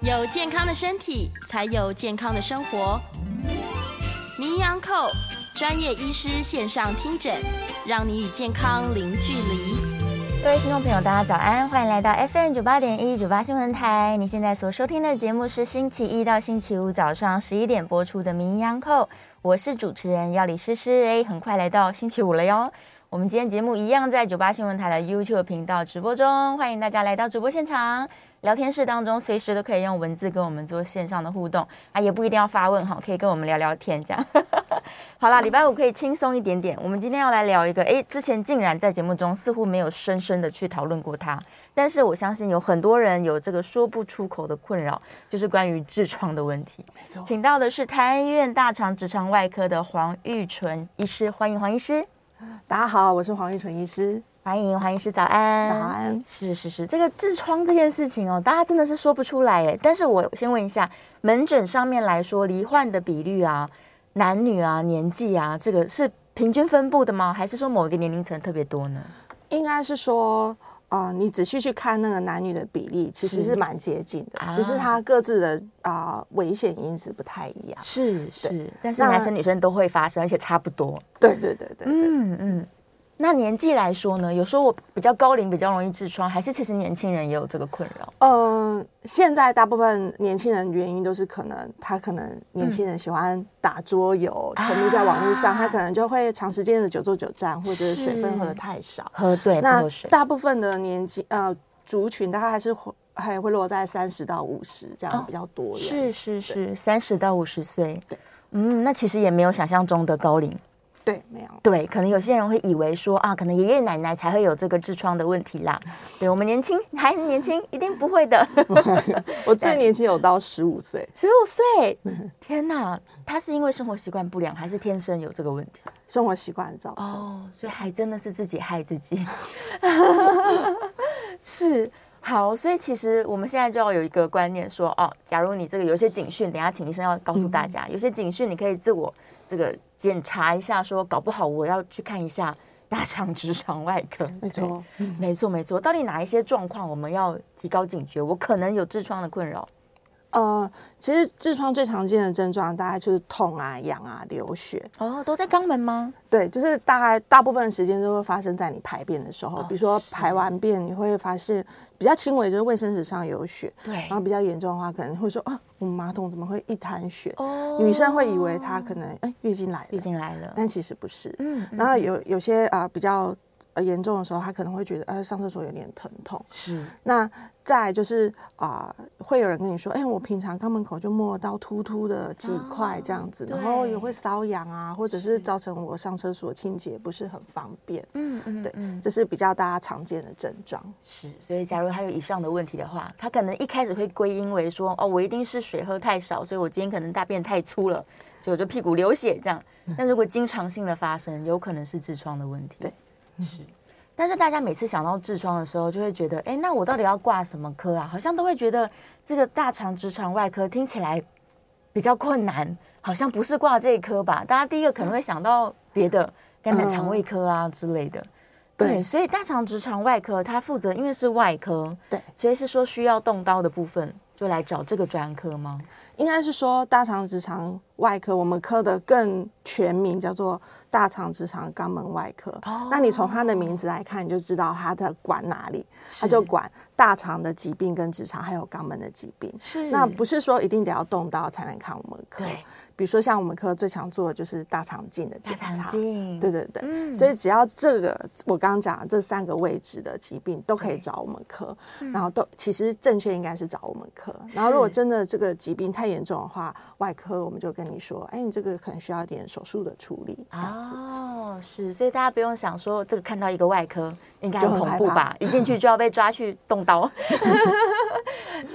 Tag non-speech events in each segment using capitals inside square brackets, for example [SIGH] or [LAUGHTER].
有健康的身体，才有健康的生活。名扬寇专业医师线上听诊，让你与健康零距离。各位听众朋友，大家早安，欢迎来到 FM 九八点一九八新闻台。你现在所收听的节目是星期一到星期五早上十一点播出的《名医央叩》，我是主持人要李诗诗。哎，很快来到星期五了哟。我们今天节目一样在九八新闻台的 YouTube 频道直播中，欢迎大家来到直播现场。聊天室当中，随时都可以用文字跟我们做线上的互动啊，也不一定要发问哈，可以跟我们聊聊天这样。好啦，礼拜五可以轻松一点点。我们今天要来聊一个，诶，之前竟然在节目中似乎没有深深的去讨论过它，但是我相信有很多人有这个说不出口的困扰，就是关于痔疮的问题。没错，请到的是台安医院大肠直肠外科的黄玉纯医师，欢迎黄医师。大家好，我是黄玉纯医师。欢迎黄医师，早安。早安是是是，这个痔疮这件事情哦，大家真的是说不出来哎。但是我先问一下，门诊上面来说，罹患的比率啊，男女啊，年纪啊，这个是平均分布的吗？还是说某一个年龄层特别多呢？应该是说，呃，你仔细去看那个男女的比例，其实是是蛮接近的，啊只是它各自的啊、危险因子不太一样。是是，但是那男生女生都会发生，而且差不多。对对对对对。嗯嗯。那年纪来说呢，有时候我比较高龄，比较容易痔疮，还是其实年轻人也有这个困扰？呃，现在大部分年轻人原因都是可能他可能年轻人喜欢打桌游，沉迷在网络上，啊他可能就会长时间的久坐久站，或者是水分喝是的太少。喝呃对不那喝水大部分的年纪呃族群，大概还是会还会落在三十到五十这哦样比较多人。是是是，三十到五十岁。对，嗯，那其实也没有想象中的高龄。对，没有。对，可能有些人会以为说啊，可能爷爷奶奶才会有这个痔疮的问题啦。对我们年轻还年轻，一定不会的。我最年轻有到十五岁，十五岁，天哪！他是因为生活习惯不良，还是天生有这个问题？生活习惯造成。哦，所以还真的是自己害自 [LAUGHS] 己。是。好，所以其实我们现在就要有一个观念说，哦，假如你这个有一些警讯，等一下请医生要告诉大家，有些警讯你可以自我这个检查一下说搞不好我要去看一下大肠直肠外科。没错，对，没错没错。到底哪一些状况我们要提高警觉？我可能有痔疮的困扰，呃，其实痔疮最常见的症状大概就是痛啊、痒啊、流血，哦，都在肛门吗？对，就是大概大部分时间都会发生在你排便的时候，哦比如说是排完便你会发现比较轻微就是卫生纸上有血，对然后比较严重的话可能会说啊，我们马桶怎么会一滩血？哦女生会以为她可能哎、月经来月了，经来了，但其实不是。嗯，然嗯后有有些啊、呃比较呃严重的时候，她可能会觉得呃上厕所有点疼痛，是那再来就是啊、会有人跟你说，哎、我平常肛门口就摸到突突的几块这样子，哦对然后也会瘙痒啊，或者是造成我上厕所清洁不是很方便。嗯嗯对嗯，这是比较大家常见的症状。是，所以假如他有以上的问题的话，他可能一开始会归因为说，哦，我一定是水喝太少，所以我今天可能大便太粗了，所以我就屁股流血这样。但如果经常性的发生，有可能是痔疮的问题。对，是。但是大家每次想到痔疮的时候，就会觉得，哎，那我到底要挂什么科啊？好像都会觉得这个大肠直肠外科听起来比较困难，好像不是挂这一科吧？大家第一个可能会想到别的，肝胆肠胃科啊之类的。对，所以大肠直肠外科它负责，因为是外科，对，所以是说需要动刀的部分，就来找这个专科吗？应该是说大肠直肠外科，我们科的更全名叫做大肠直肠肛门外科。哦那你从它的名字来看，你就知道它的管哪里，它就是管大肠的疾病跟直肠还有肛门的疾病。是那不是说一定得要动刀才能看我们科，嗯对比如说像我们科最常做的就是大肠镜的大检肠查，镜，对对对，嗯所以只要这个我刚刚讲的这三个位置的疾病都可以找我们科，嗯然后都其实正确应该是找我们 [LAUGHS] 科，然后如果真的这个疾病太严重的话，外科我们就跟你说，哎，你这个可能需要一点手术的处理，这样子。哦，是，所以大家不用想说这个看到一个外科应该很就很恐害怖怕吧，一进 [LAUGHS] 去就要被抓去动刀。 [LAUGHS]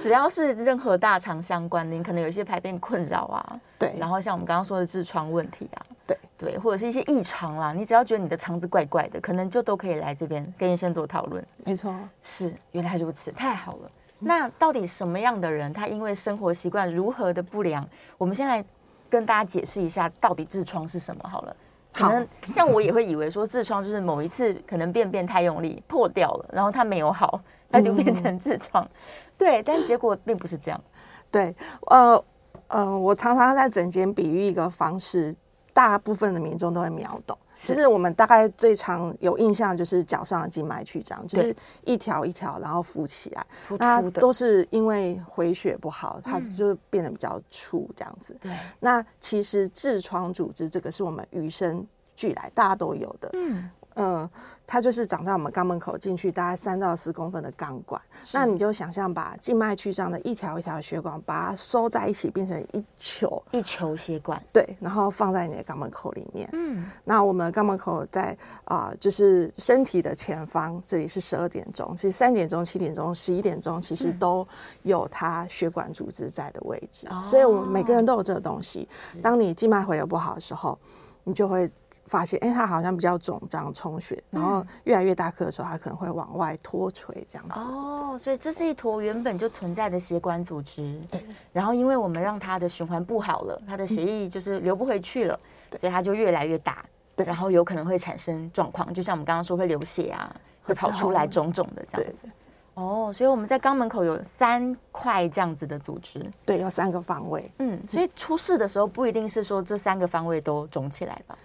只要是任何大肠相关的，你可能有一些排便困扰啊，对，然后像我们刚刚说的痔疮问题啊，哎对对，或者是一些异常啦，你只要觉得你的肠子怪怪的，可能就都可以来这边跟医生做讨论。没错，是，原来如此，太好了。嗯那到底什么样的人，他因为生活习惯如何的不良？我们先来跟大家解释一下，到底痔疮是什么好了。可好能像我也会以为说痔疮就是某一次可能便便太用力破嗯掉了，然后它没有好，它就变成痔疮。对，但结果并不是这样。对，呃呃，我常常在诊间比喻一个方式，大部分的民众都会秒懂。就是我们大概最常有印象就是脚上的静脉曲张，就是一条一条然后浮起来，突那突的啊都是因为回血不好，它就变得比较粗这样子。对，那其实痔疮组织这个是我们与生俱来，大家都有的。嗯，嗯，它就是长在我们肛门口进去大概三到四公分的钢管。那你就想象把静脉曲张的一条一条的血管，把它收在一起变成一球，一球血管，对，然后放在你的肛门口里面。嗯，那我们肛门口在啊、就是身体的前方，这里是十二点钟，其实三点钟、七点钟、十一点钟，其嗯实都有它血管组织在的位置，哦所以我们每个人都有这个东西。当你静脉回流不好的时候，你就会发现，哎、它好像比较肿胀、充血，嗯然后越来越大颗的时候，它可能会往外脱垂这样子。哦，所以这是一坨原本就存在的血管组织，对。然后因为我们让它的循环不好了，它的血液就是流不回去了，所以它就越来越大，嗯对然后有可能会产生状况，就像我们刚刚说会流血啊，会跑出来肿肿的这样对子。哦，所以我们在肛门口有三块这样子的组织，对，有三个方位。嗯，所以出事的时候不一定是说这三个方位都肿起来吧，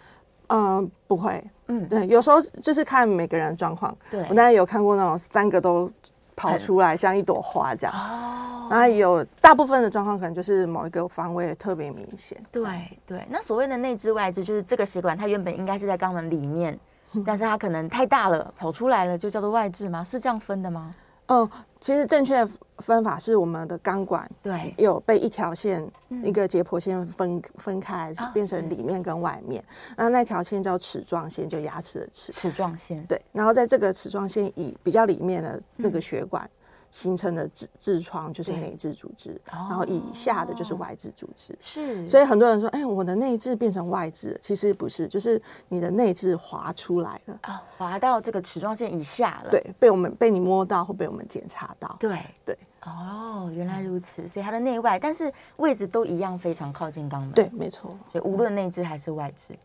嗯，不会。嗯，对，有时候就是看每个人的状况。对我当然有看过那种三个都跑很出来，像一朵花这样。哦，然后有大部分的状况可能就是某一个方位特别明显。对这样子对，那所谓的内痔外痔，就是这个血管它原本应该是在肛门里 [LAUGHS] 面，但是它可能太大了，跑出来了，就叫做外痔吗？是这样分的吗？嗯，其实正确的分法是我们的钢管对，有被一条线、一个解剖线分分开，是嗯啊变是成里面跟外面。那那条线叫齿状线，就牙齿的齿。齿状线， [LAUGHS] 对，然后在这个齿状线以比较里面的那个血管。形成的痔痔疮就是嗯对内痔组织，哦然后以下的就是外痔组织。是，所以以很多人说，哎、我的内痔变成外痔了，其实不是，就是你的内痔滑出来了。啊，滑到这个齿状线以下了，哦对，被我们被你摸到或被我们检查到。对对。哦，原来如此，所以它的内外，但是位置都一样，非常靠近肛门。对，，没错。所以无论内痔还是外痔，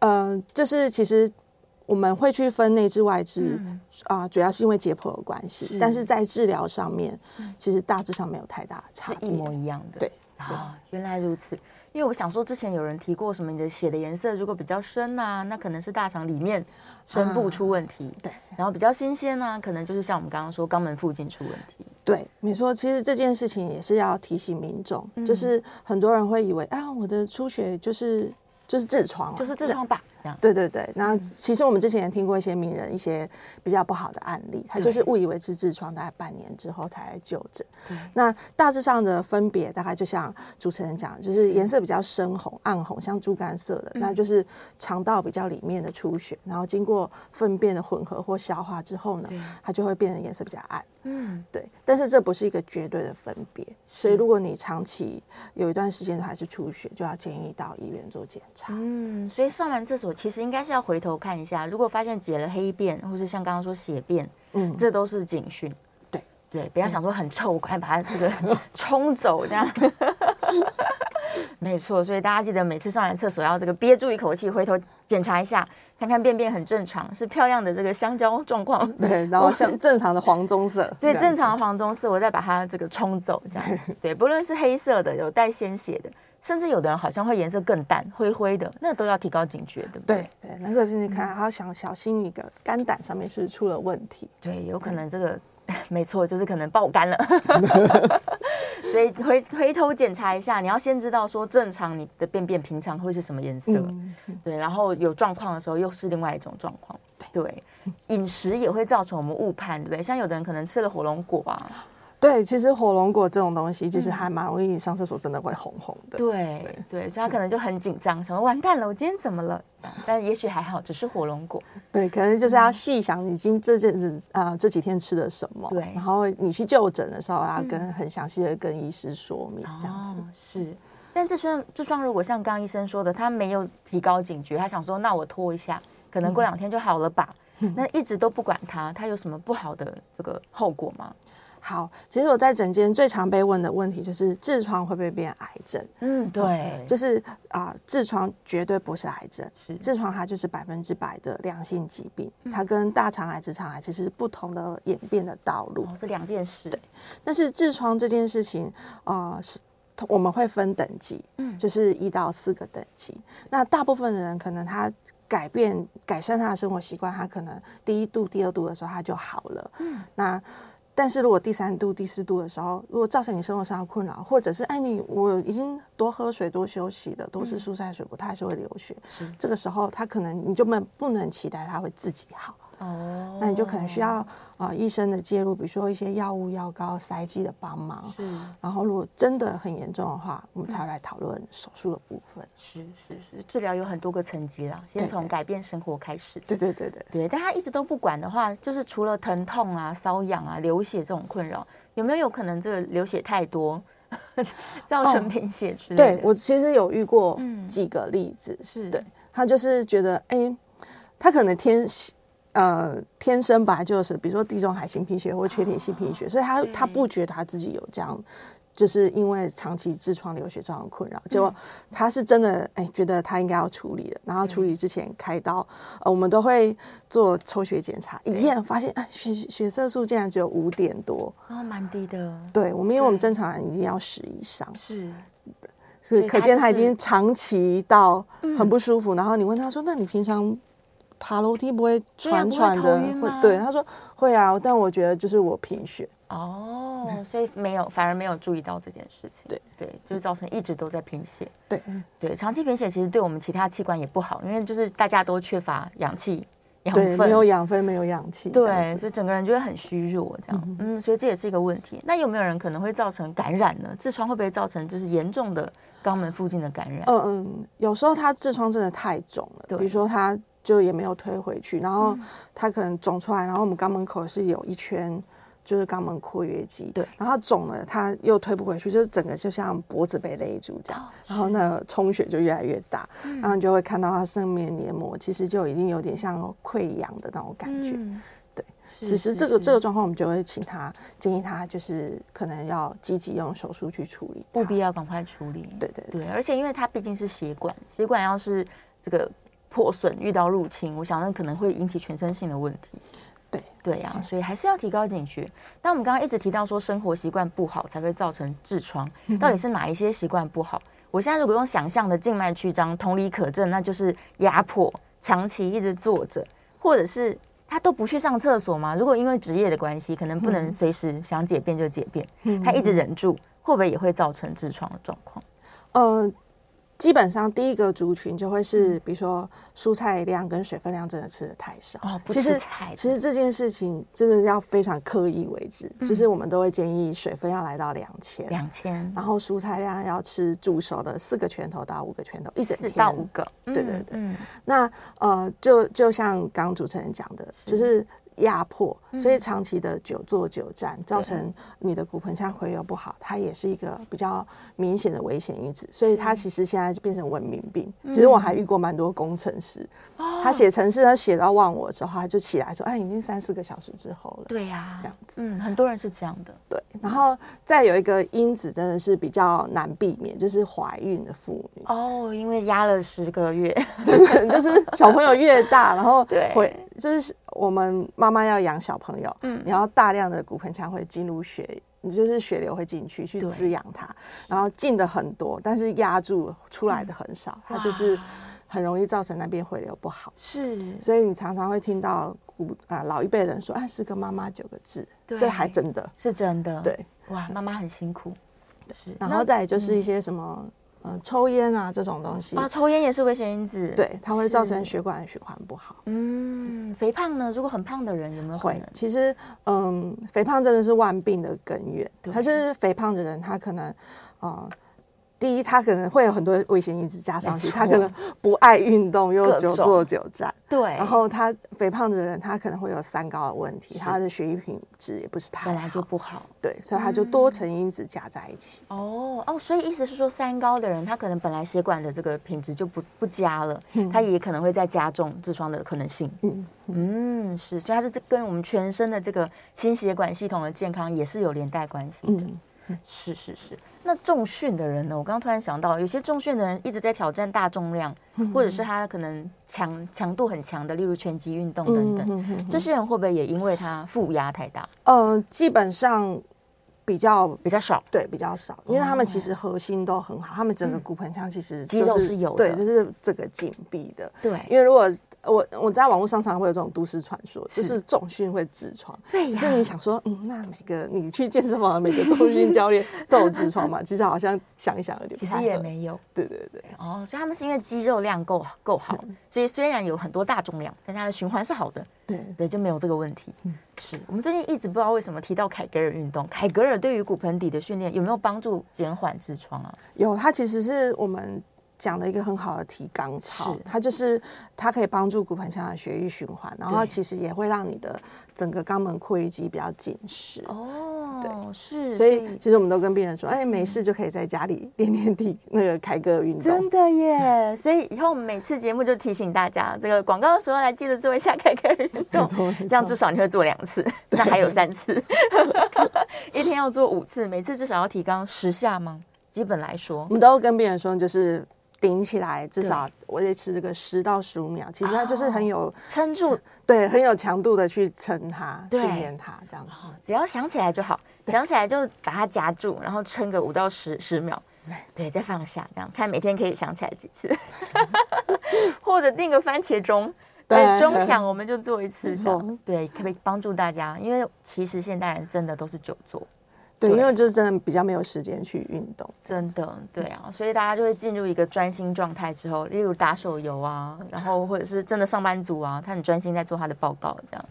呃，就是其实我们会去分内痔外痔嗯啊、主要是因为解剖有关系，是嗯但是在治疗上面，其实大致上没有太大的差是别。一模一样的。对啊，原来如此。因为我想说，之前有人提过什么，你的血的颜色如果比较深呐、那可能是大肠里面深部出问题；啊对然后比较新鲜呐、可能就是像我们刚刚说肛门附近出问题。对，没错。其实这件事情也是要提醒民众，嗯就是很多人会以为啊，我的出血就是就是痔疮、啊，就是痔疮吧，这样对对对，嗯那其实我们之前也听过一些名人一些比较不好的案例，他就是误以为是痔疮，大概半年之后才就诊。那大致上的分别大概就像主持人讲，就是颜色比较深红、暗红，像猪肝色嗯的，那就是肠道比较里面的出血，然后经过粪便的混合或消化之后呢对，它就会变成颜色比较暗。嗯，对，但是这不是一个绝对的分别，所以是如果你长期有一段时间还是出血，就要建议到医院做检查。嗯，所以上完厕所其实应该是要回头看一下，如果发现解了黑便，或是像刚刚说血便，嗯这都是警讯。对对，不要想说很臭，我赶快把它这个冲走这样。 [LAUGHS] 没错，所以大家记得每次上完厕所要这个憋住一口气，回头检查一下，看看便便很正常，是漂亮的这个香蕉状况。 [LAUGHS] 对，然后像正常的黄棕 [LAUGHS] 色，对，这正样子常的黄棕色，我再把它这个冲走，这样对，不论是黑色的，有带鲜血的，甚至有的人好像会颜色更淡，灰灰的，那都要提高警觉，对不对？对嗯对，那个是你看，还要想小心你的肝胆上面是不是出了问题。对，有可能这个 [LAUGHS] 没错，就是可能爆肝了。 [LAUGHS] 所以回回头检查一下，你要先知道说正常你的便便平常会是什么颜色，嗯对，然后有状况的时候又是另外一种状况，对，饮食也会造成我们误判，对不对？像有的人可能吃了火龙果啊，对，其实火龙果这种东西，其实还蛮容易，你上厕所真的会红红的。对对，所以他可能就很紧张，想说完蛋了，我今天怎么了？这样但也许还好，只是火龙果，对，可能就是要细想，你今这阵子啊、呃这几天吃了什么，对然后你去就诊的时候要跟很详细的跟医师说明这样子。哦、是。但这双这双如果像刚刚医生说的，他没有提高警觉，他想说那我拖一下，可能过嗯两天就好了吧。那一直都不管它，它有什么不好的这个后果吗？好，其实我在诊间最常被问的问题就是痔疮会不会变癌症？嗯，对，就是啊、痔疮绝对不是癌症，是痔疮它就是百分之百的良性疾病，嗯它跟大肠癌、直肠癌其实是不同的演变的道路。哦是两件事。对，但是痔疮这件事情啊、是我们会分等级，嗯就是一到四个等级。那大部分的人可能他改变、改善他的生活习惯，他可能第一度、第二度的时候他就好了。嗯，那但是如果第三度、第四度的时候，如果造成你生活上的困扰，或者是哎你我已经多喝水、多休息了，多嗯吃蔬菜水果，他还是会流血。是这个时候他可能你就不不能期待他会自己好。哦那你就可能需要啊、呃医生的介入，比如说一些药物、药膏、塞剂的帮忙。是然后，如果真的很严重的话，我们才会来讨论手术的部分。是是是，治疗有很多个层级啦，先对从改变生活开始。对对对对，对，但他一直都不管的话，就是除了疼痛啊、瘙痒啊、流血这种困扰，有没有有可能这个流血太多， [LAUGHS] 造成哦贫血之类的？对我其实有遇过嗯几个例子，是对他就是觉得，哎、他可能天呃天生本来就是，比如说地中海性贫血或缺铁性贫血，所以他对他不觉得他自己有这样。就是因为长期痔疮流血造成困扰，结果他是真的哎、觉得他应该要处理的，然后处理之前开刀，呃，我们都会做抽血检查，一验发现哎血血色素竟然只有五点多，哦，蛮低的，对我们因为我们对正常人一定要十以上，是所所以以可他见就他已是嗯经长期到很不舒服。然后你问他说：“那你平常爬楼梯不会对啊喘不会喘头的？”晕吗对，他说会啊，但我觉得就是我贫血。 [LAUGHS] 哦，所以没有，反而没有注意到这件事情。对对，就是造成一直都在贫血。对，对，长期贫血其实对我们其他器官也不好，因为就是大家都缺乏氧气、养对，分，没有养分，没有氧气，这样对，子所以整个人就会很虚弱，这样，嗯，所以这也是一个问题。那有没有人可能会造成感染呢？痔疮会不会造成就是严重的肛门附近的感染？嗯嗯，有时候他痔疮真的太肿对嗯了，比如说他就也没有推回去，然后他可能肿出来，然后我们肛门口是有一圈。就是肛门括约肌，对然后它肿了，它又推不回去，就是整个就像脖子被勒住这样，哦嗯然后那个充血就越来越大，然后你就会看到它上面黏膜其实就已经有点像溃疡的那种感觉。嗯对，是此时这个是这个状况，我们就会请他建议他就是可能要积极用手术去处理它，务必要赶快处理。对对对对，而且因为它毕竟是血管，血管要是这个破损遇到入侵，我想那可能会引起全身性的问题。对对呀、所以还是要提高警觉。那我们刚刚一直提到说生活习惯不好才会造成痔疮，嗯到底是哪一些习惯不好？我现在如果用想象的静脉曲张，同理可证，那就是压迫，长期一直坐着，或者是他都不去上厕所吗？如果因为职业的关系，可能不能随时想解便就解便，嗯他一直忍住，会不会也会造成痔疮的状况？呃，基本上第一个族群就会嗯是，比如说蔬菜量跟水分量真的吃的太少。哦，不其吃实菜的，其实这件事情真的要非常刻意为之，就是我们都会建议水分要来到两千，嗯两千然后蔬菜量要吃煮熟的四个拳头到五个拳头一整四天。到五个，对嗯对对嗯那呃，就就像刚刚主持人讲的，就是压迫，所以长期的久坐久站，造成你的骨盆腔回流不好，它也是一个比较明显的危险因子。所以它其实现在就变成文明病。其实我还遇过蛮多工程师，他写程式，他写到忘我之后，他就起来说：“哎，已经三四个小时之后了。”对呀，这样子嗯，很多人是这样的，对，然后再有一个因子真的是比较难避免，就是怀孕的妇女。哦，因为压了十个月，可能 [LAUGHS] 就是小朋友越大，然后对回就是我们妈妈要养小朋友，嗯嗯，然后大量的骨盆腔会进入血，你就是血流会进去去对滋养它，然后进的很多，但是压住出来的很少，它就是哇很容易造成那边回流不好， [LAUGHS] 是，所以你常常会听到古啊、老一辈人说，啊，十个妈妈九个字，对这还真的是真的，对，哇，妈妈很辛苦，是，然那后再来就是一些什么嗯、呃抽烟啊这种东西，啊，抽烟也是危险因子，对，它会造成是，血管循环不好。嗯，肥胖呢，如果很胖的人有没有可会能，？其实，嗯，肥胖真的是万病的根源。对它就是肥胖的人，他可能，呃，第一，他可能会有很多危险因子加上去，没错他可能不爱运动又各久种坐久站，对，然后他肥胖的人，他可能会有三高的问题，是他的血液品质也不是太本来就嗯好，不好对，所以他就多成因子加在一起。哦哦，所以意思是说，三高的人他可能本来血管的这个品质就不不佳了，他也可能会再加重痔疮的可能性。嗯，嗯，是，所以它是这跟我们全身的这个心血管系统的健康也是有连带关系。嗯，是是是。那重训的人呢？我刚刚突然想到，有些重训的人一直在挑战大重量，或者是他可能强强度很强的，例如拳击运动等等，嗯嗯这些人会不会也因为他负压太大，呃，基本上比较比较少？对比较少，因为他们其实核心都很好，他们整个骨盆腔其实、就是哦嗯肌肉是有的对，就是整个紧闭的。因对为如果我我在网络上常常会有这种都市传说，就是是重训会痔疮。对所以你想说，嗯，那每个你去健身房的每个重训教练都有痔疮嘛？其实好像想一想有点不其太实也合没有对对对，哦，所以他们是因为肌肉量够够好，所以虽然有很多大重量，但它的循环是好的，对对，就没有这个问题。嗯是我们最近一直不知道为什么提到凯格尔运动，凯格尔对于骨盆底的训练有没有帮助减缓痔疮啊？有它其实是我们。讲的一个很好的提肛操是，它就是它可以帮助骨盆腔的血液循环，然后对其实也会让你的整个肛门括约肌比较紧实。哦，对，是，嗯所以其实我们都跟病人说，哎，没事就可以在家里练练地那个凯歌运真动。的耶！所以以后我们每次节目就提醒大家，这个广告的时候来记得做一下凯格尔运动错没，错这样至少你会做两次，那还有三 [LAUGHS] 次，一天要做五次，每次至少要提纲十下吗？基本来说我，们都跟病人说，就是顶起来，至少我得吃这个十到十五秒。其实它就是哦很有、撑住，对很有强度的去撑它、对哦训练它这样子。只要想起来就好，想起来就把它夹住，然后撑个五到十十秒，对，再放下，这样看每天可以想起来几 [LAUGHS] 次，或者定个番茄钟，对对，钟响我们就做一次，没这错样对，可不可以帮助大家？因为其实现代人真的都是久坐，对，对因为就是真的比较没有时间去运动。真的，对啊，所以大家就会进入一个专心状态之后，例如打手游啊，然后或者是真的上班族啊，他很专心在做他的报告，这样，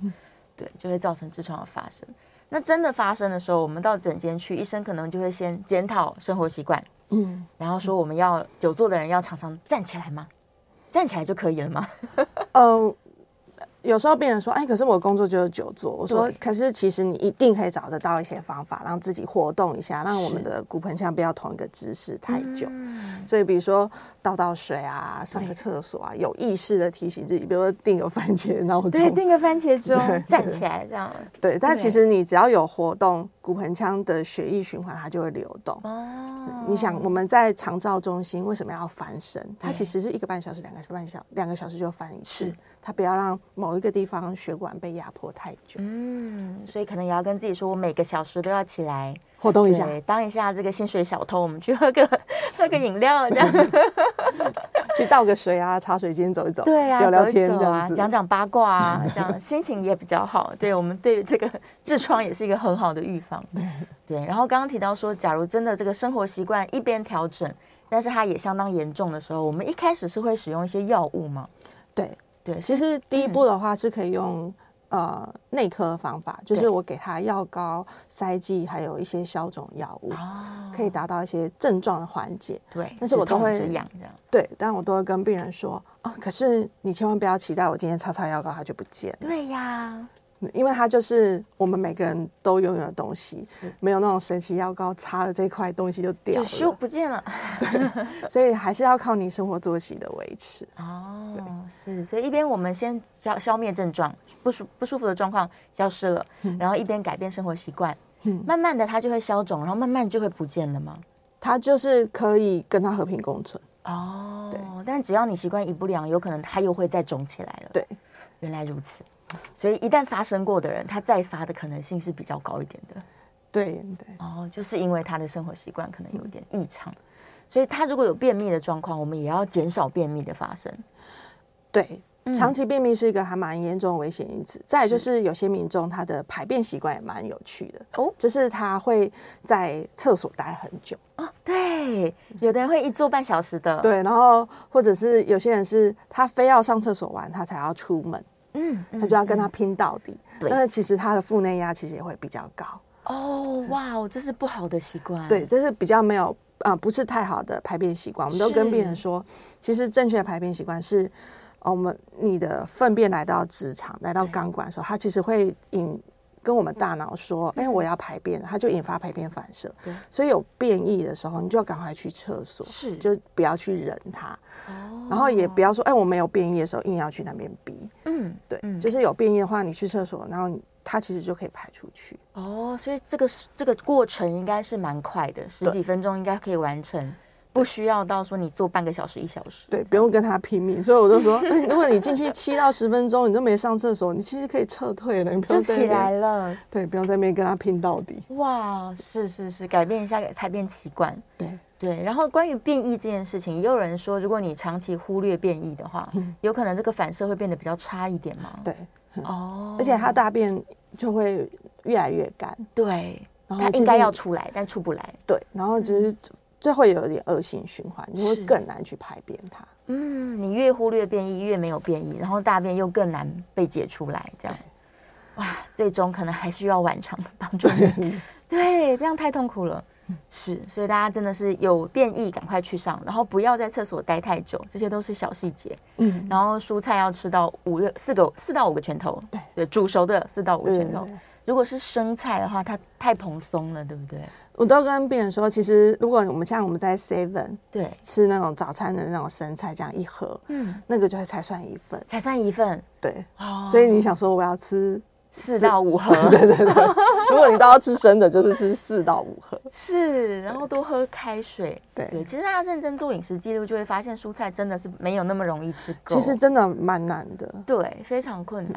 对，就会造成痔疮的发生。那真的发生的时候，我们到诊间去，医生可能就会先检讨生活习惯，嗯，然后说我们要久坐的人要常常站起来吗？站起来就可以了吗？呃，有时候病人说，哎，可是我工作就是久坐。我说对，可是其实你一定可以找得到一些方法，让自己活动一下，让我们是的骨盆腔不要同一个姿势太久。嗯所以比如说倒倒水啊，上个厕所啊，有意识的提醒自己，比如说定个番茄闹钟，对，定个番茄钟对， [LAUGHS] 站起来这样。对但对其实你只要有活动，骨盆腔的血液循环它就会流动。哦，你想，我们在长照中心为什么要翻身？它对其实是一个半小时、两个半小两个小时就翻一次是，它不要让某一个地方血管被压迫太久，嗯，所以可能也要跟自己说，我每个小时都要起来，活动一下。对，哎当一下这个薪水小偷，我们去喝个 [LAUGHS] 喝个饮料， [LAUGHS] 这样去倒个水啊，茶水间走一走，对 [LAUGHS] 啊，聊聊走一天走这啊样，子，讲讲八卦啊，这样 [LAUGHS] 心情也比较好。对我们对于这个痔疮也是一个很好的预防。对，然后刚刚提到说，假如真的这个生活习惯一边调整，但是它也相当严重的时候，我们一开始是会使用一些药物吗？对，对，其实第嗯一步的话是可以用、呃内科的方法，就是我给他药膏、塞剂，还有一些消肿药物，哦，可以达到一些症状的缓解。对，但是我止痛都会止痒这样。对，但我都会跟病人说啊，可是你千万不要期待我今天擦擦药膏它就不见了，对呀，因为它就是我们每个人都拥有的东西，没有那种神奇药膏擦了这块东西就就掉咻了，不见了。所以还是要靠你生活作息的维持。哦，是，所以一边我们先消消灭症状，不舒不舒服的状况消失了，然后一边改变生活习惯，嗯慢慢的它就会消肿，然后慢慢就会不见了吗？它就是可以跟它和平共存，哦，对，但只要你习惯一不良，有可能它又会再肿起来了。对，原来如此，所以一旦发生过的人，他再发的可能性是比较高一点的。对对。哦，就是因为他的生活习惯可能有点异常，所以他如果有便秘的状况，我们也要减少便秘的发生。对，长期便秘是一个还蛮严重的危险因子。再来就是有些民众他的排便习惯也蛮有趣的，哦，就是他会在厕所待很久，哦，对，有的人会一坐半小时的。对，然后或者是有些人是他非要上厕所完他才要出门，嗯，嗯他就要跟他拼到底。对但是其实他的腹内压其实也会比较高，嗯哦，哇哦，这是不好的习惯。对，，这是比较没有啊、不是太好的排便习惯，我们都跟是病人说，其实正确的排便习惯是，呃我们你的粪便来到直肠，来到肛管的时候，它其实会引跟我们大脑说，哎、我要排便了，它就引发排便反射嗯对。所以有便意的时候，你就要赶快去厕所，是就不要去忍它，哦然后也不要说，哎、我没有便意的时候，硬要去那边逼。嗯对，嗯就是有便意的话，你去厕所，然后你它其实就可以排出去。哦，所以这个是这个过程应该是蛮快的，十对几分钟应该可以完成，不需要到说你做半个小时一小时。对，不用跟他拼命，所以我都说， [LAUGHS] 嗯如果你进去七到十分钟，你都没上厕所，你其实可以撤退了，你不就用在那起边来。了，对，不用在那边跟他拼到底。哇，是是是，改变一下排便习惯。对，对，然后关于变异这件事情，也有人说，如果你长期忽略变异的话，有可能这个反射会变得比较差一点嘛。嗯对，哦，嗯而且他大便就会越来越干，对，然它后应该要其实出来，但出不来。对，然后只是这会有点恶性循环，你会嗯是更难去排便它。嗯，你越忽略变异，越没有变异，然后大便又更难被解出来，这样，哇，最终可能还需要晚肠帮助 [LAUGHS] 你。对，这样太痛苦了。是，所以大家真的是有变异，赶快去上，然后不要在厕所待太久，这些都是小细节。嗯，然后蔬菜要吃到五个四个四到五个拳头，对煮熟的四到五个对拳头。如果是生菜的话，它太蓬松了，对不对？我都跟病人说，其实如果我们像我们在 Seven 对，吃那种早餐的那种生菜，这样一盒，嗯，那个就才算一份。才算一份对，哦，所以你想说我要吃 [LAUGHS] 四到五盒，如果你都要吃生的，就是吃四到五盒。是，然后多喝开水。对对，其实大家认真做饮食记录，就会发现蔬菜真的是没有那么容易吃够。 [LAUGHS] 其实真的蛮难的。对，非常困难。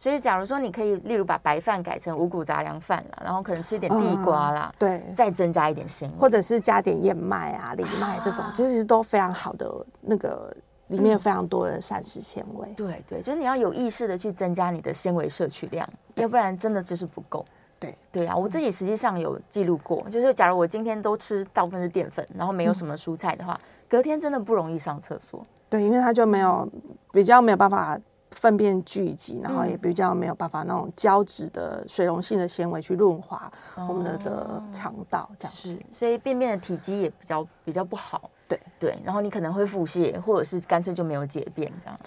所以，假如说你可以，例如把白饭改成五谷杂粮饭啦，然后可能吃一点地瓜啦，对，再增加一点纤维，嗯或者是加点燕麦啊、藜麦这种，啊其实都非常好的那个，里面有非常多的膳食纤维。对对，就是你要有意识的去增加你的纤维摄取量，要不然真的就是不够。对对啊，嗯我自己实际上有记录过，就是假如我今天都吃大部分是淀粉，然后没嗯有什么蔬菜的话，隔天真的不容易上厕所。对，因为它就没有比较没有办法粪便聚集，然后嗯也比较没有办法那种胶质的水溶性的纤维去润滑我们的的哦肠道这样是子。，所以便便的体积也比较比较不好。对对，然后你可能会腹泻，或者是干脆就没有解便这样。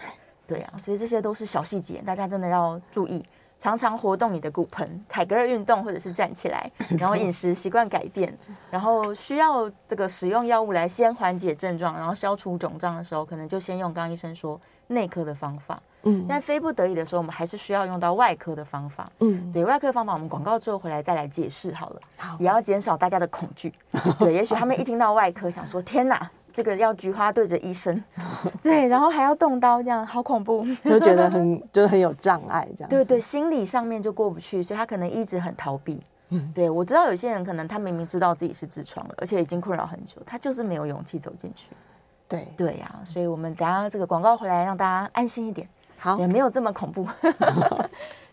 对啊，所以这些都是小细节，大家真的要注意。常常活动你的骨盆，凯格尔运动或者是站起来，然后饮食习惯改变，然后需要这个使用药物来先缓解症状，然后消除肿胀的时候，可能就先用刚刚医生说内科的方法。嗯但非不得已的时候，我们还是需要用到外科的方法。嗯，对外科方法，我们广告之后回来再来解释好了。好也要减少大家的恐 [LAUGHS] 惧。对，也许他们一听到外科，想说天哪，这个要菊花对着医 [LAUGHS] 生，对，然后还要动刀，这样好恐怖。就觉得很就是很有障碍这样。对，对，心理上面就过不去，所以他可能一直很逃避。嗯对我知道有些人可能他明明知道自己是痔疮了，而且已经困扰很久，他就是没有勇气走进去。对，对呀、所以我们等一下这个广告回来，让大家安心一点。好也，没有这么恐怖。 [LAUGHS]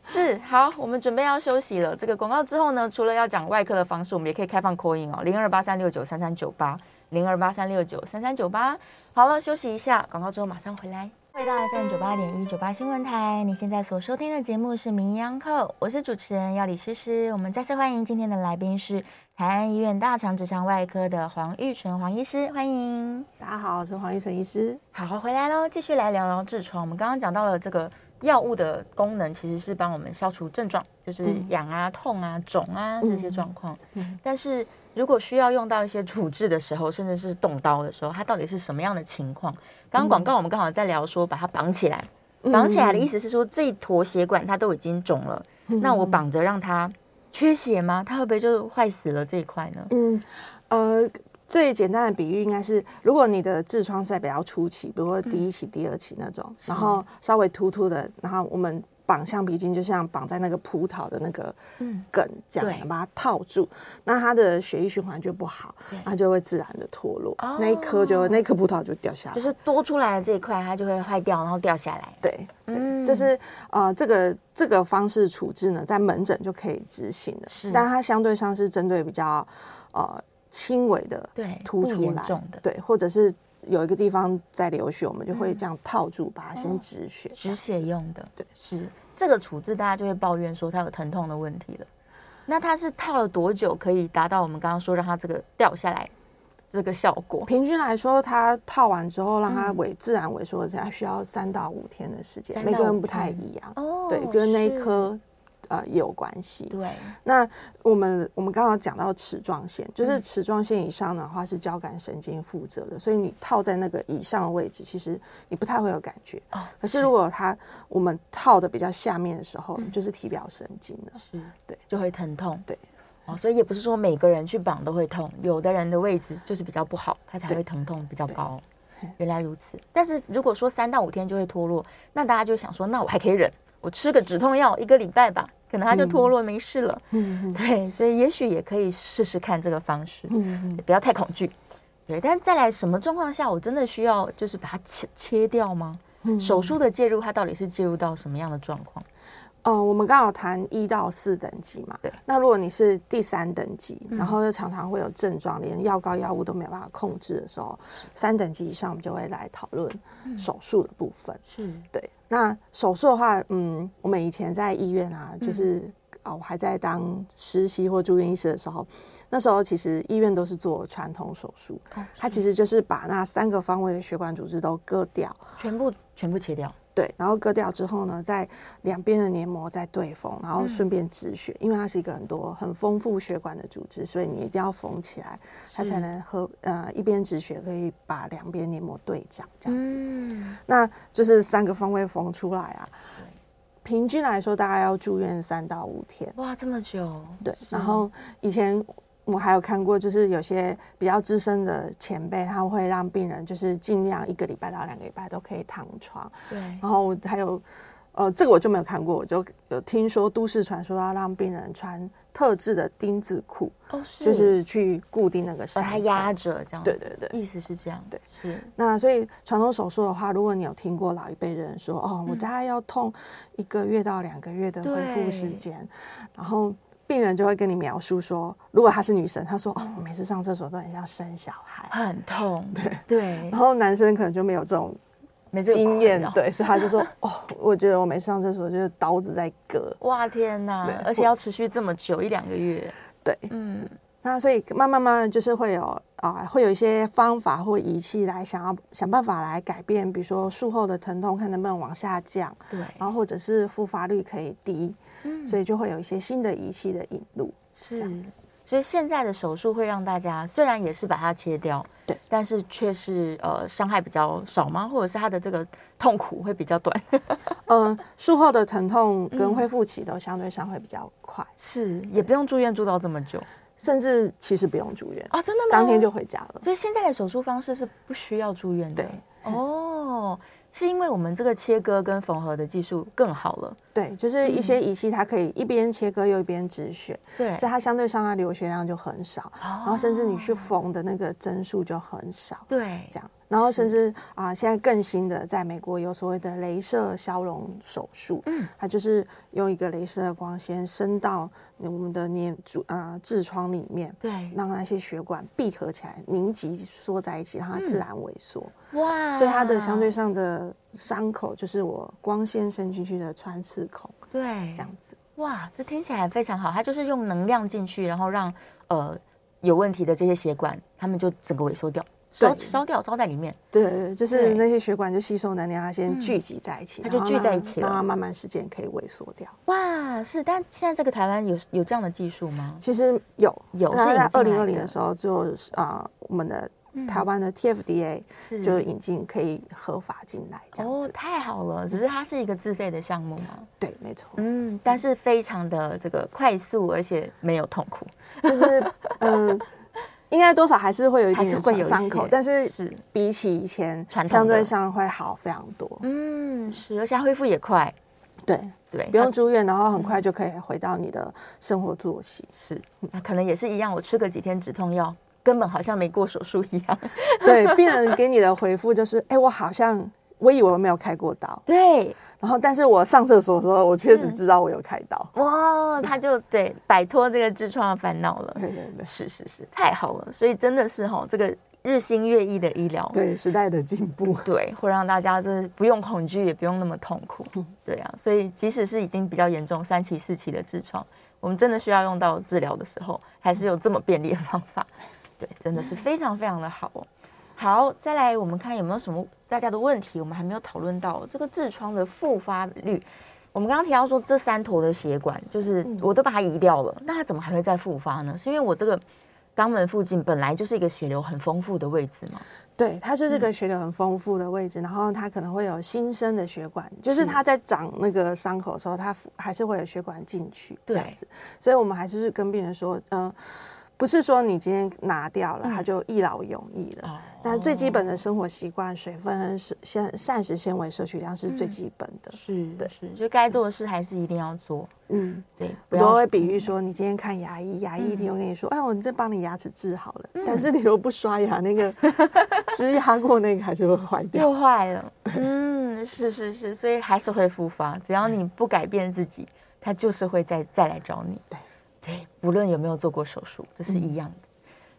是好，我们准备要休息了。这个广告之后呢，除了要讲外科的方式，我们也可以开放 call in 哦，零二八三六九三三九八，零二八三六九三三九八。好了，休息一下，广告之后马上回来。回到 FM 九八点一九八新闻台，你现在所收听的节目是《名医央叩》，我是主持人要李诗诗。我们再次欢迎今天的来宾是台安医院大肠直肠外科的黄玉纯黄医师，欢迎。大家好，我是黄医生医师。好，回来喽，继续来聊聊痔疮。我们刚刚讲到了这个药物的功能，其实是帮我们消除症状，就是嗯痒啊、痛啊、肿啊这些嗯状况。嗯但是如果需要用到一些处置的时候，甚至是动刀的时候，它到底是什么样的情况？嗯刚刚广告我们刚好在聊说把它绑起来，嗯绑起来的意思是说这一坨血管它都已经肿了，嗯那我绑着让它缺血吗？它会不会就坏死了这一块呢？嗯，呃，最简单的比喻应该是，如果你的痔疮是在比较初期，比如说第一期、第二期那嗯种，然后稍微突突的，然后我们绑橡皮筋，就像绑在那个葡萄的那个嗯梗这样，对把它套住，那它的血液循环就不好对，它就会自然的脱落，哦那一颗就那一颗葡萄就掉下来，就是多出来的这一块，它就会坏掉，然后掉下来。对。嗯对，这是呃，这个这个方式处置呢，在门诊就可以执行的，是但它相对上是针对比较呃轻微的对，凸不出严来重的。嗯对，或者是有一个地方在流血，我们就会这样套住，把它先止血。哦止血用的，对是这个处置，大家就会抱怨说它有疼痛的问题了。那它是套了多久可以达到我们刚刚说让它这个掉下来这个效果？平均来说，它套完之后让它萎、自然萎缩，它需要三到五天的时间，嗯三每到个五人不太天一样，哦对，跟那一是颗呃也有关系。对，那我们我们刚刚讲到齿状线，就是齿状线以上的话是交感神经负责的，所以你套在那个以上的位置，其实你不太会有感觉。哦可是嗯如果它我们套的比较下面的时候，就是体表神经了。是，对，就会疼痛，对。哦，所以也不是说每个人去绑都会痛，有的人的位置就是比较不好，他才对会疼痛比较高嗯嘿。原来如此，但是如果说三到五天就会脱落，那大家就想说，那我还可以忍，我吃个止痛药一个礼拜吧，可能它就脱落、没事了。[LAUGHS] 嗯对，所以也许也可以试试看这个方式，嗯也不要太恐惧。对，但再来什么状况下我真的需要就是把它切切掉吗？嗯手术的介入，它到底是介入到什么样的状况？呃，我们刚好谈一到四等级嘛。对。那如果你是第三等级，然后又常常会有症状，连药膏、药物都没有办法控制的时候，三等级以上我们就会来讨论手术的部分。是对，那手术的话，嗯，我们以前在医院啊，就是啊、我还在当实习或住院医师的时候，那时候其实医院都是做传统手术，它其实就是把那三个方位的血管组织都割掉， [SIGHS] 全部全部切掉。对，然后割掉之后呢，在两边的黏膜再对缝，然后顺便止血，因为它是一个很多很丰富血管的组织，所以你一定要缝起来，它才能和呃一边止血可以把两边黏膜对长这样子。嗯，那就是三个方位缝出来啊。平均来说，大概要住院三到五天。哇，这么久，对，然后以前我还有看过，就是有些比较资深的前辈，他会让病人就是尽量一个礼拜到两个礼拜都可以躺床。对，然后还有，呃，这个我就没有看过，我就有听说都市传说要让病人穿特制的钉子裤，哦，是就是去固定那个把伤它口压着这样子，对对对意思是这样，对，是那所以传统手术的话，如果你有听过老一辈人说，哦，嗯我大概要痛一个月到两个月的恢复时间，然后病人就会跟你描述说，如果她是女生，她说，哦，我每次上厕所都很像生小孩，很痛，对 [LAUGHS] 对然，后男生可能就没有这种没这个经验困扰，对，所以他就说，哦，我觉得我每次上厕所就是刀子在割，哇天哪对，而且我要持续这么久，一两个月，对，嗯，那所以慢慢慢慢就是会有啊、会有一些方法或仪器来想要想办法来改变，比如说术后的疼痛看能不能往下降。对，然后或者是复发率可以低，所以就会有一些新的仪器的引入。是这样子，所以现在的手术会让大家虽然也是把它切掉，对，但是却是呃伤害比较少吗？或者是它的这个痛苦会比较短？ [LAUGHS] 嗯、术后的疼痛跟恢复期都相对上会比较快，是，也不用住院住到这么久甚至其实不用住院，啊？真的吗？当天就回家了。所以现在的手术方式是不需要住院的。对，哦，是因为我们这个切割跟缝合的技术更好了。对，就是一些仪器它可以一边切割又一边止血，对，所以它相对上它流血量就很少，然后甚至你去缝的那个针数就很少。对这样，然后甚至啊、现在更新的，在美国有所谓的镭射消融手术，嗯，它就是用一个镭射的光线伸到我们的黏主啊痔疮里面，对，让那些血管闭合起来，凝集缩在一起，让它自然萎缩，哇所以它的相对上的伤口就是我光线伸进去的穿刺孔，对这样子。哇，这听起来非常好。它就是用能量进去，然后让呃有问题的这些血管，它们就整个萎缩掉，烧对烧掉，烧在里面。对对，对就是对嗯那些血管就吸收能量，它先聚集在一起，它就然后聚让在一起让了它慢慢时间可以萎缩掉。哇，是，但现在这个台湾有有这样的技术吗？其实有有那是在引进呃二来零的二零的时候就啊、呃我们的台湾的 TFDA 是就引进可以合法进来这样嗯哦子，，太好了，只是它是一个自费的项目嘛。对，没错，嗯，但是非常的这个快速，而且没有痛苦，就是嗯、应该多少还是会有一还点是点会有一些伤口，但是是比起以前传统的相对上会好非常多，嗯是，而且它恢复也快，对，对，不用它住院，然后很快就可以回到你嗯的生活作息，是，那可能也是一样，我吃个几天止痛药，根本好像没过手术一 [LAUGHS] 样，对，病人给你的回复就是，哎、我好像。我以为我没有开过刀，对，然后但是我上厕所的时候，我确嗯实知道我有开刀。哇，他就对摆脱这个痔疮的烦恼了，对对对，是是是，太好了，所以真的是哈、这个日新月异的医疗，对时代的进步。对，会让大家就是不用恐惧，也不用那么痛苦。 [LAUGHS] 对啊，所以即使是已经比较严重三期、四期的痔疮，我们真的需要用到治疗的时候，还是有这么便利的方法。对，真的是非常非常的好哦。好，再来我们看有没有什么大家的问题，我们还没有讨论到哦这个痔疮的复发率。我们刚刚提到说这三坨的血管，就是我都把它移掉了，那它怎么还会再复发呢？是因为我这个肛门附近本来就是一个血流很丰富的位置嘛？ [LAUGHS] 对，它就是个血流很丰富的位置，然后它可能会有新生的血管，就是它在长那个伤口的时候，它还是会有血管进去这对样子，所以我们还是跟病人说，嗯、不是说你今天拿掉了，它就一劳永逸了。哦，但最基本的生活习惯、水分、是膳膳食纤维摄取量是最基本的。是对是，就该做的事还是一定要做。嗯，对，不我要都会比嗯喻说，你今天看牙医，牙医一定会跟你说：“哎，我这帮你牙齿治好嗯了。”但是你如果不刷牙，[LAUGHS] 那个植牙过那个它就会坏掉。又坏了。嗯，是是是，所以还是会复发。只要你不改变自己，它就是会再再来找你。对嗯对，不论有没有做过手术，这是一样的。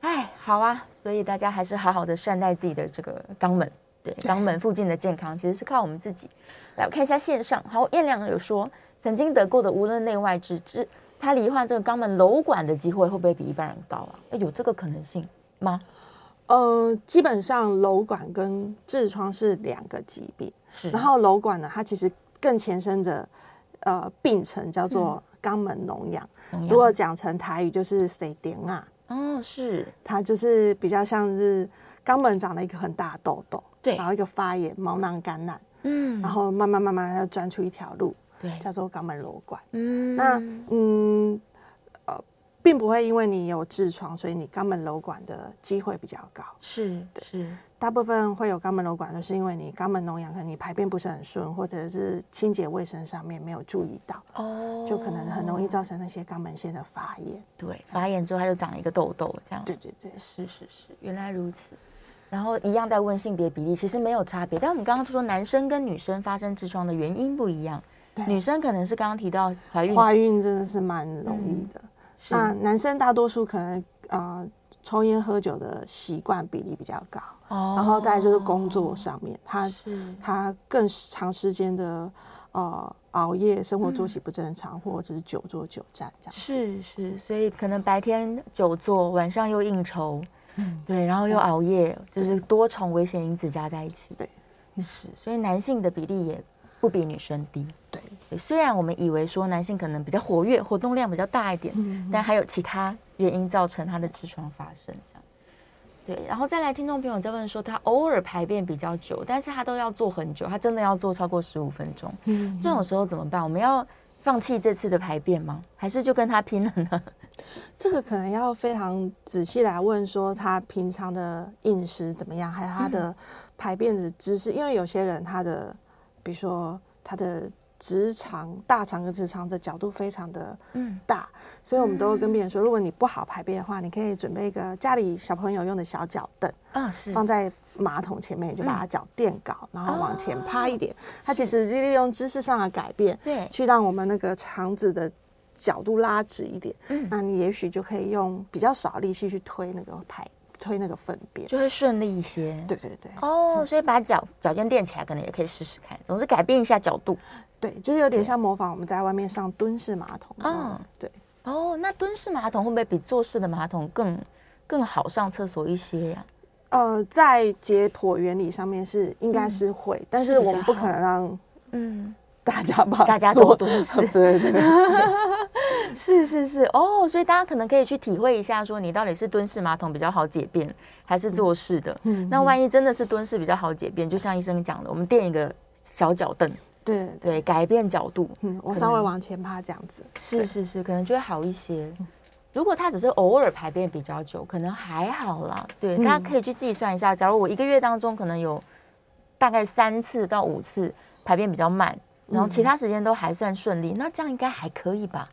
哎、好啊，所以大家还是好好的善待自己的这个肛门。对，肛门附近的健康其实是靠我们自己。来，我看一下线上，好，燕良有说，曾经得过的无论内外之治，他罹患这个肛门瘘管的机会会不会比一般人高啊？哎有这个可能性吗？呃，基本上瘘管跟痔疮是两个疾病，是然后瘘管呢，它其实更前身的呃病程叫做嗯肛门脓疡，如果讲成台语就是塞点啊，哦，是它就是比较像是肛门长了一个很大的痘痘，对然后一个发炎、毛囊感染，嗯然后慢慢慢慢它就钻出一条路，对，叫做肛门瘘管。嗯那嗯呃，并不会因为你有痔疮，所以你肛门瘘管的机会比较高。是是，大部分会有肛门瘘管，都是因为你肛门脓疡可能你排便不是很顺，或者是清洁卫生上面没有注意到，哦就可能很容易造成那些肛门腺的发炎。对发炎之后，它就长了一个痘痘，这样对对对，是是是，原来如此。然后一样在问性别比例，其实没有差别，但我们刚刚说男生跟女生发生痔疮的原因不一样，对女生可能是刚刚提到怀孕，怀孕真的是蛮容易的。是那男生大多数可能呃抽烟喝酒的习惯比例比较高，哦然后再来就是工作上面，他是他更长时间的呃熬夜，生活作息不正常，或者是久坐久站这样子。是是，所以可能白天久坐，晚上又应酬，嗯对，然后又对熬夜，就是多重危险因子加在一起。对，是，所以男性的比例也不比女生低。对，对虽然我们以为说男性可能比较活跃，活动量比较大一点，嗯但还有其他原因造成他的痔疮发生这样。对，然后再来，听众朋友在问说，他偶尔排便比较久，但是他都要坐很久，他真的要坐超过十五分钟，嗯，这种时候怎么办？我们要放弃这次的排便吗？还是就跟他拼了呢？这个可能要非常仔细来问，说他平常的饮食怎么样，还有他的排便的姿势，因为有些人他的，比如说他的直肠、大肠跟直肠的角度非常的 [LAUGHS] 嗯，大，所以我们都会跟病人说，如果你不好排便的话，你可以准备一个家里小朋友用的小脚凳，啊、是放在马桶前面，你就把它脚垫高，然后往前趴一点。它其实是利用姿势上的改变，哦对去让我们那个肠子的角度拉直一点。嗯那你也许就可以用比较少的力气去推那个排，推那个粪便。就会顺利一些。对对对，哦，所以把脚脚尖垫起来，可能也可以试试看。总之改变一下角度。对，就是有点像模仿我们在外面上蹲式马桶。嗯嗯，对。哦，那蹲式马桶会不会比坐式的马桶更更好上厕所一些呀、呃，在解剖原理上面是应该是会，但嗯是是比较我们不可能让嗯，大家把大家做都蹲式对对对。是是是，哦，所以大家可能可以去体会一下，说你到底是蹲式马桶比较好解便，还是坐式的？嗯那万一真的是蹲式比较好解便，就像医生讲的，我们垫一个小脚凳，对 [LAUGHS] 对，对，改变角度，嗯，我可稍微能往前趴这样子。是对是是，可能就会好一些。如果他只是偶尔排便比较久，可能还好啦。对，大家可以去计算一下，假如我一个月当中可能有大概三次到五次排便比较慢，然后其他时间都还算顺利，那这样应该还可以吧？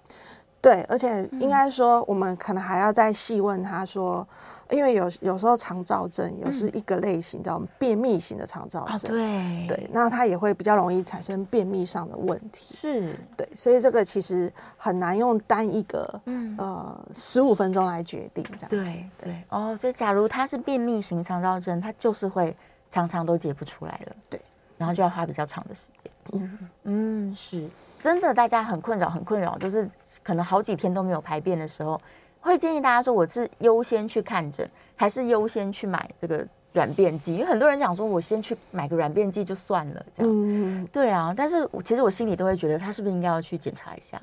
对，而且应该说，我们可能还要再细问他说，因为有有时候肠燥症有是一个类型叫便秘型的肠燥啊，症，对，对，那它也会比较容易产生便秘上的问题，是，对，所以这个其实很难用单一个嗯，呃十五分钟来决定这样子，对对，哦，所以假如他是便秘型肠道症，他就是会常常都解不出来了，对，然后就要花比较长的时间。嗯，嗯，是真的，大家很困扰，很困扰，就是可能好几天都没有排便的时候，会建议大家说，我是优先去看诊，还是优先去买这个软便剂？因为很多人讲说，我先去买个软便剂就算了，这样。嗯，对啊，但是我其实我心里都会觉得，他是不是应该要去检查一下？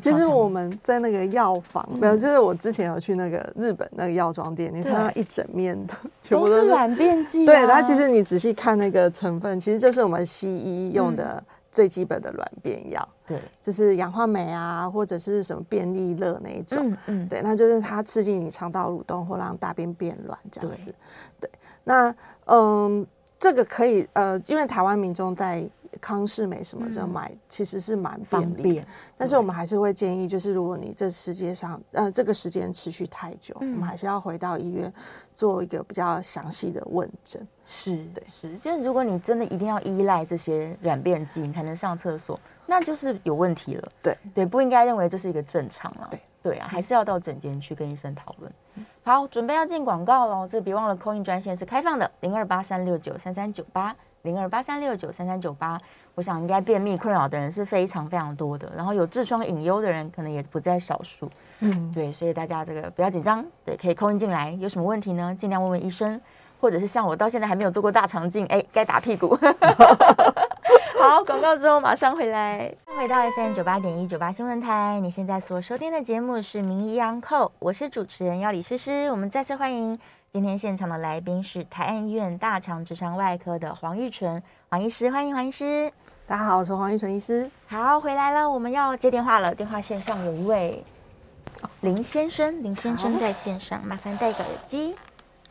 其实我们在那个药房，没有，就是我之前有去那个日本那个药妆店，你看到一整面的，全都部是软便剂、啊，对，它其实你仔细看那个成分，其实就是我们西医用嗯的最基本的软便药，对，就是氧化酶啊，或者是什么便利乐那一种。嗯嗯，对，那就是它刺激你肠道蠕动或让大便变软这样对子。对，那嗯，这个可以呃，因为台湾民众在康氏美什么这买、其实是蛮嗯方便利的便，但是我们还是会建议，就是如果你这世界上呃这个时间持续太久，我嗯们还是要回到医院做一个比较详细的问诊。是，对是，就是如果你真的一定要依赖这些软便剂，你才能上厕所，那就是有问题了。对对，不应该认为这是一个正常啊。对嗯对啊，还是要到诊间去跟医生讨论。好，准备要进广告喽，这别忘了扣印专线是开放的，零二八三六九三三九八，零二八三六九三三九八。我想应该便秘困扰的人是非常非常多的，然后有痔疮隐忧的人可能也不在少数。嗯，对，所以大家这个不要紧张，对，可以扣音进来，有什么问题呢？尽量问问医生，或者是像我到现在还没有做过大肠镜，哎，该打屁股。 [LAUGHS] 好，广告之后马上回来。回到 FM 九八点一九八新闻台，你现在所收听的节目是《名医央叩》，我是主持人要李诗诗。我们再次欢迎今天现场的来宾是台安医院大肠直肠外科的黄玉纯黄医师，欢迎黄医师。大家好，我是黄玉纯医师。好，回来了，我们要接电话了。电话线上有一位林先生，林先生好在线上，麻烦戴个耳机。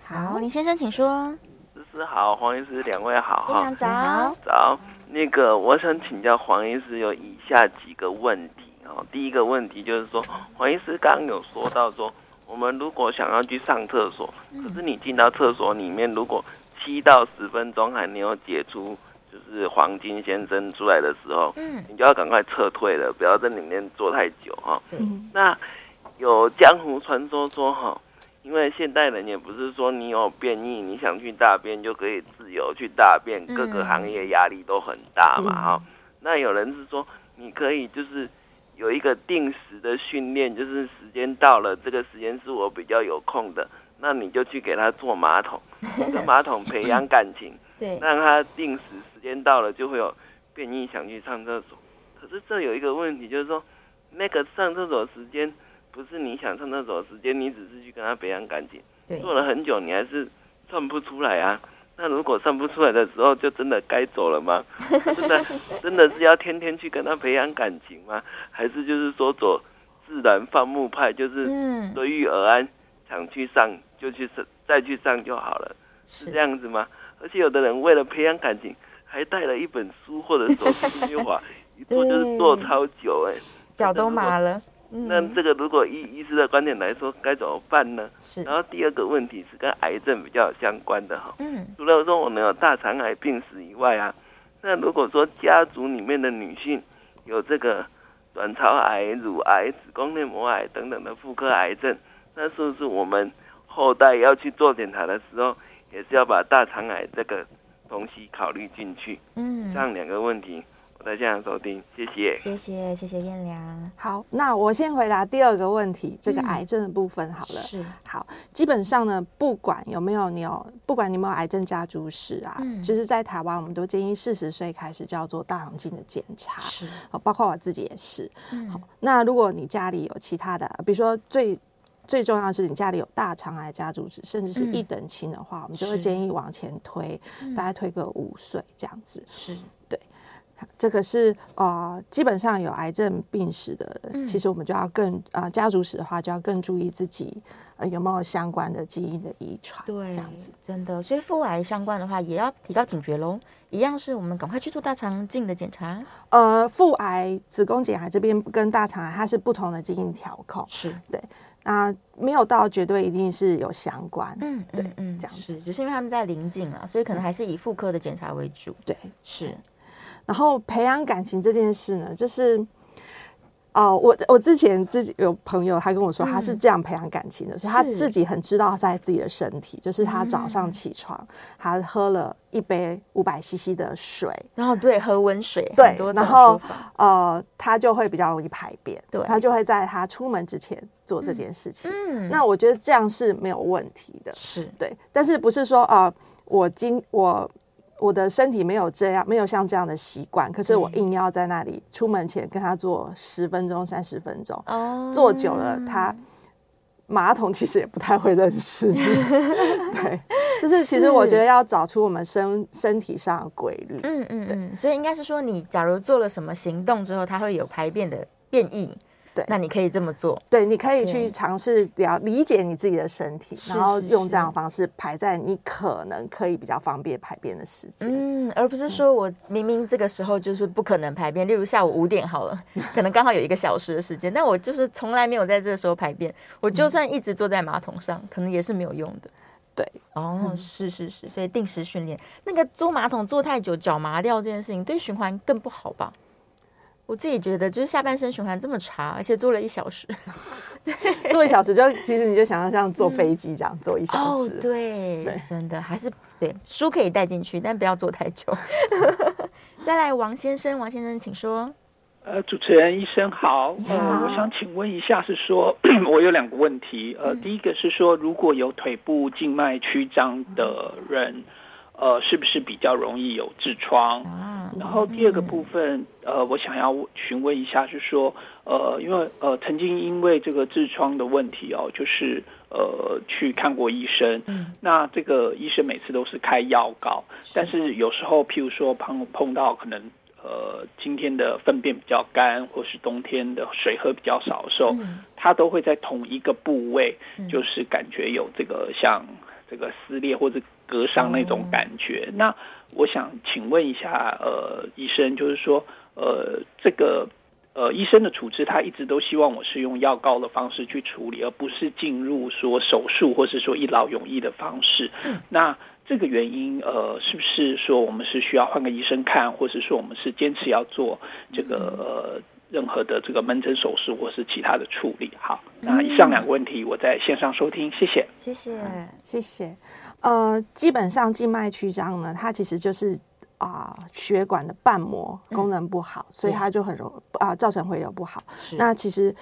好，好，林先生，请说。思思好，黄医师两位好非哈常早，早。那个我想请教黄医师有以下几个问题哦。第一个问题就是说，黄医师刚刚有说到说，我们如果想要去上厕所，可是你进到厕所里面，如果七到十分钟还没有解除就是黄金先生出来的时候，嗯，你就要赶快撤退了，不要在里面坐太久哈、嗯那有江湖传说说哈，因为现代人也不是说你有变异，你想去大便就可以自由去大便，各个行业压力都很大嘛哈、那有人是说你可以就是有一个定时的训练，就是时间到了，这个时间是我比较有空的，那你就去给他做马桶，跟马桶培养感情。对，让他定时时间到了就会有便意想去上厕所。可是这有一个问题，就是说那个上厕所时间不是你想上厕所时间，你只是去跟他培养感情，对做了很久你还是上不出来啊。那如果上不出来的时候，就真的该走了吗？ [LAUGHS] 真的真的是要天天去跟他培养感情吗？还是就是说走自然放牧派，就是嗯，随遇而安，想去上就去上，再去上就好了，是是这样子吗？而且有的人为了培养感情，还带了一本书或者手机进去滑，一坐就是坐超久哎、脚都麻了，嗯那这个如果医医师的观点来说，该怎么办呢？是然后第二个问题是跟癌症比较有相关的哈，嗯，除了说我们有大肠癌病史以外啊，那如果说家族里面的女性有这个卵巢癌、乳癌、子宫内膜癌等等的妇科癌症，那是不是我们后代要去做检查的时候，也是要把大肠癌这个东西考虑进去？嗯这，样两个问题，我在现场收听，谢谢。谢谢谢谢燕良，好，那我先回答第二个问题，这个癌症的部分好了。嗯是，好，基本上呢，不管有没有你有，不管你有没有癌症家族史啊，嗯就是在台湾，我们都建议四十岁开始就要做大肠镜的检查。是，好，包括我自己也是。嗯好，那如果你家里有其他的，呃比如说最最重要的是你家里有大肠癌家族史，甚至是嗯一等亲的话，我们就会是建议往前推，嗯大概推个五岁这样子。是，这个是呃，基本上有癌症病史的人，嗯其实我们就要更啊、呃家族史的话，就要更注意自己呃有没有相关的基因的遗传，对，这样子。真的。所以腹癌相关的话，也要提高警觉喽。一样是我们赶快去做大肠镜的检查。呃，腹癌、子宫颈癌这边跟大肠癌它是不同的基因调控，是，那没有到绝对一定是有相关。嗯，对嗯嗯，这样子是，只是因为他们在临近啊，所以可嗯能还是以妇科的检查为主。对，是，然后培养感情这件事呢，就是哦，我我之前自己有朋友，他跟我说他嗯是这样培养感情的，所以他自己很知道在自己的身体，就是他嗯早上起床，他喝了一杯五百 CC 的水， [LAUGHS] 然后对，喝温水，对很多，种然说后法呃，他就会比较容易排便，对他就会在他出门之前做这件事情。嗯那我觉得这样是没有问题的，是对，但是不是说呃，我今我我的身体没有这样，没有像这样的习惯，可是我硬要在那里出门前跟他做十分钟、三十分钟，哦坐久了他。马桶其实也不太会认 [LAUGHS] 识你，对，就是其实我觉得要找出我们身身体上的规律，嗯嗯嗯，所以应该是说，你假如做了什么行动之后，它会有排便的变异，对那你可以这么做，对，你可以对去尝试了理解你自己的身体，是然后是用这样是的方式排在你可能可以比较方便排便的时间。嗯，而不是说我明明这个时候就是不可能排便，例如下午五点好 [LAUGHS] 了，可能刚好有一个小时的时间，但我就是从来没有在这个时候排便，我就算一直坐在马桶上，可能也是没有用的。对，嗯哦，是是是，所以定时训练，那个坐马桶坐太久脚麻掉这件事情，对循环更不好吧？我自己觉得，就是下半身循环这么差，而且坐了一小时。 [LAUGHS] 坐一小时就其实你就想要像坐飞机这样坐一 [LAUGHS] 小嗯哦时，，对，对真的还是对书可以带进去，但不要坐太 [LAUGHS] 久。 [LAUGHS] 再来，王先生，王先生，请说。呃，主持人医生好，呃，好我想请问一下，是说 [CLEARS THROAT] 我有两个问题，呃，第一个是说，如果有腿部静脉曲张的人，呃，是不是比较容易有痔疮？啊，然后第二个部分，呃，我想要询问一下，是说，呃，因为呃，曾经因为这个痔疮的问题哦，就是呃，去看过医生，嗯那这个医生每次都是开药膏，但是有时候，譬如说碰碰到可能。呃，今天的粪便比较干，或是冬天的水喝比较少的时候，嗯它都会在同一个部位，嗯就是感觉有这个像这个撕裂或者割伤那种感觉。那我想请问一下，呃，医生，就是说，呃，这个呃，医生的处置，他一直都希望我是用药膏的方式去处理，而不是进入说手术或是说一劳永逸的方式。那这个原因，呃，是不是说我们是需要换个医生看，或是说我们是坚持要做这个呃任何的这个门诊手术或是其他的处理？好，那以上两个问题我在线上收听，谢谢。谢谢。谢谢。呃，基本上静脉曲张呢，它其实就是啊、血管的瓣膜功能不好，所嗯以它就很容啊、造成回流不好。那其实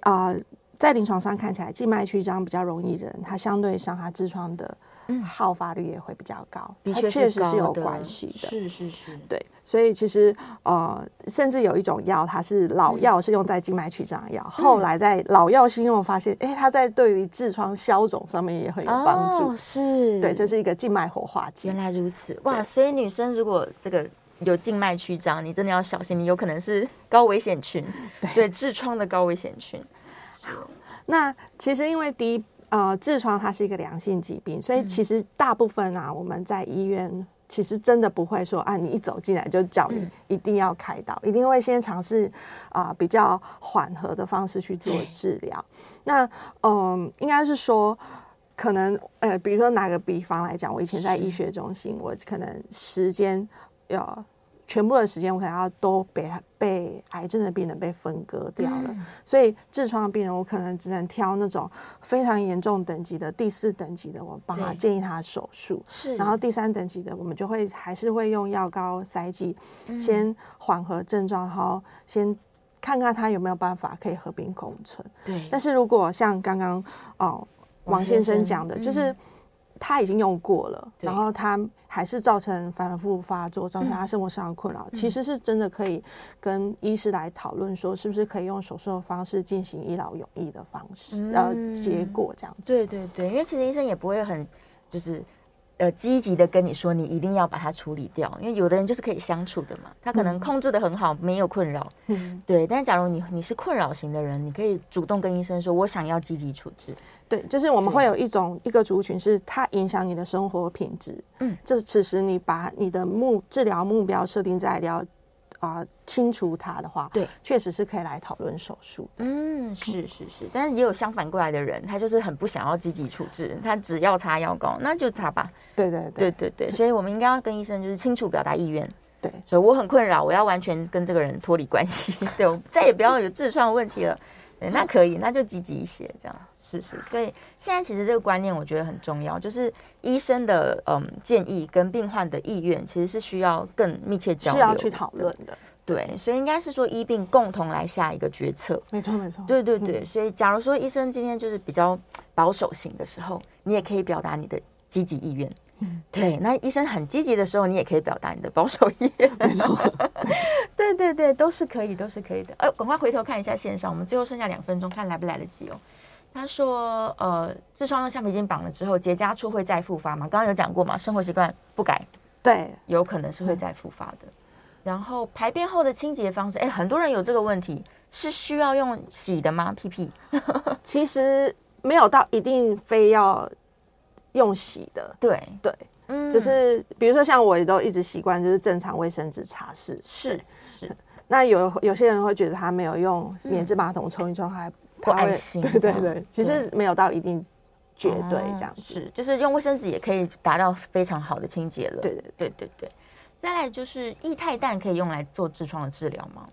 啊、在临床上看起来，静脉曲张比较容易人，它相对上它痔疮的好发率也会比较高，嗯的它确确实高是有的关系的。是是是，对，所以其实呃，甚至有一种药，它是老嗯药，是用在静脉曲张的药。后来在老药新用，发现，哎，它在对于痔疮消肿上面也很有帮助。哦，是，对，这是一个静脉活化剂原。来如此，哇！对所以女生如果这个有静脉曲张，你真的要小心，你有可能是高危险 [LAUGHS] 群，对痔疮的高危险群。那其实因为第一，呃，痔疮它是一个良性疾病，嗯所以其实大部分啊，我们在医院。其实真的不会说啊，你一走进来就叫你嗯一定要开刀，一定会先尝试啊、比较缓和的方式去做治疗。那嗯，应该是说，可能呃，比如说拿个比方来讲，我以前在医学中心，我可能时间要全部的时间，我可能要都被被癌症的病人被分割掉了，嗯所以痔疮的病人，我可能只能挑那种非常严重等级的第四等级的，我帮他对建议他手术。是然后第三等级的，我们就会还是会用药膏塞剂，嗯先缓和症状，然后先看看他有没有办法可以和平共存。对，但是是如果像刚刚哦王先先生嗯生讲的，就是他已经用过了，对嗯然后他还是造成反反复发作，造成他生活上的困扰，其实是真的可以跟医师来讨论说，是不是可以用手术的方式进行一劳永逸的方式，嗯呃，结果这样子。对对对，因为其实医生也不会很就是呃积极的跟你说你一定要把它处理掉，因为有的人就是可以相处的嘛，他可能控制的很好，没有困扰。嗯，对，但假如你你是困扰型的人，你可以主动跟医生说，我想要积极处置。对，就是我们会有一种一个族群是它影响你的生活品质，嗯，这此时你把你的目治疗目标设定在疗啊、清除它的话，对，确实是可以来讨论手术的。嗯，是是是，但是也有相反过来的人，他就是很不想要积极处置，他只要擦药膏，那就擦吧。对对对对对对，所以我们应该要跟医生就是清楚表达意愿，对所以我很困扰，我要完全跟这个人脱离关系， [LAUGHS] 对我再也不要有痔疮的问题了。对，那可以，那就积极一些，这样是是。所以现在其实这个观念我觉得很重要，就是医生的嗯建议跟病患的意愿其实是需要更密切交是流的，要去讨论的，对，所以应该是说医病共同来下一个决策。没错没错，对对对，所以假如说医生今天就是比较保守型的时候，你也可以表达你的积极意愿。嗯对，那医生很积极的时候，你也可以表达你的保守意愿。 [LAUGHS] 没错， [LAUGHS] 对对对，都是可以，都是可以的。呃，赶快回头看一下线上，我们最后剩下两分钟，看来不来得及哦。他说，呃，痔疮用橡皮筋绑了之后，结痂处会再复发吗？刚刚有讲过嘛，生活习惯不改，对，有可能是嗯会再复发的。然后排便后的清洁方式，哎，很多人有这个问题，是需要用洗的吗？屁屁？其实没有到一定非要用洗的，对，对，嗯，就是比如说像我也都一直习惯就是正常卫生纸擦拭，是那有有些人会觉得他没有用免治马桶冲一冲还不他会安心对对这样对，其实没有到一定绝对哦这样子，是，就是用卫生纸也可以达到非常好的清洁了。对对对对对对。再来就是液态氮可以用来做痔疮的治疗吗？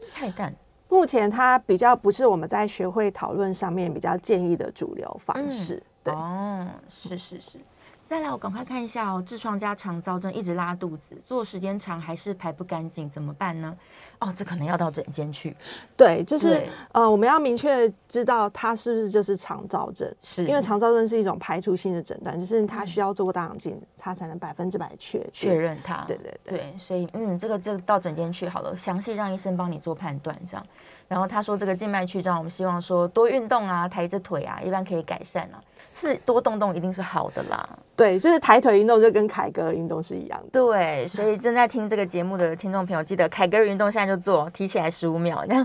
液态氮，目前它比较不是我们在学会讨论上面比较建议的主流方式，对。哦，是是是。再来，我赶快看一下哦，痔疮加肠燥症，一直拉肚子，坐时间长还是排不干净，怎么办呢？哦，这可能要到诊间去。对，就是对呃，我们要明确知道它是不是就是肠燥症，是因为肠燥症是一种排除性的诊断，就是它需要做过大肠镜，它才能百分之百确定确。认它。对对对对，所以嗯，这个这个到诊间去好了，详细让医生帮你做判断这样。然后他说这个静脉曲张，我们希望说多运动啊，抬着腿啊，一般可以改善啊。是多动动一定是好的啦，对，就是抬腿运动就跟凯歌运动是一样的。对，所以正在听这个节目的听众朋友，记得凯格尔运动现在就做，提起来十五秒， [LAUGHS] 这样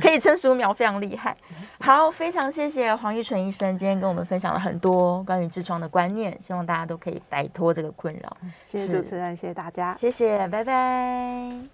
可以撑十五秒，非常厉害。好，非常谢谢黄玉纯医生今天跟我们分享了很多关于痔疮的观念，希望大家都可以摆脱这个困扰。谢谢是主持人，谢谢大家。谢谢，拜拜。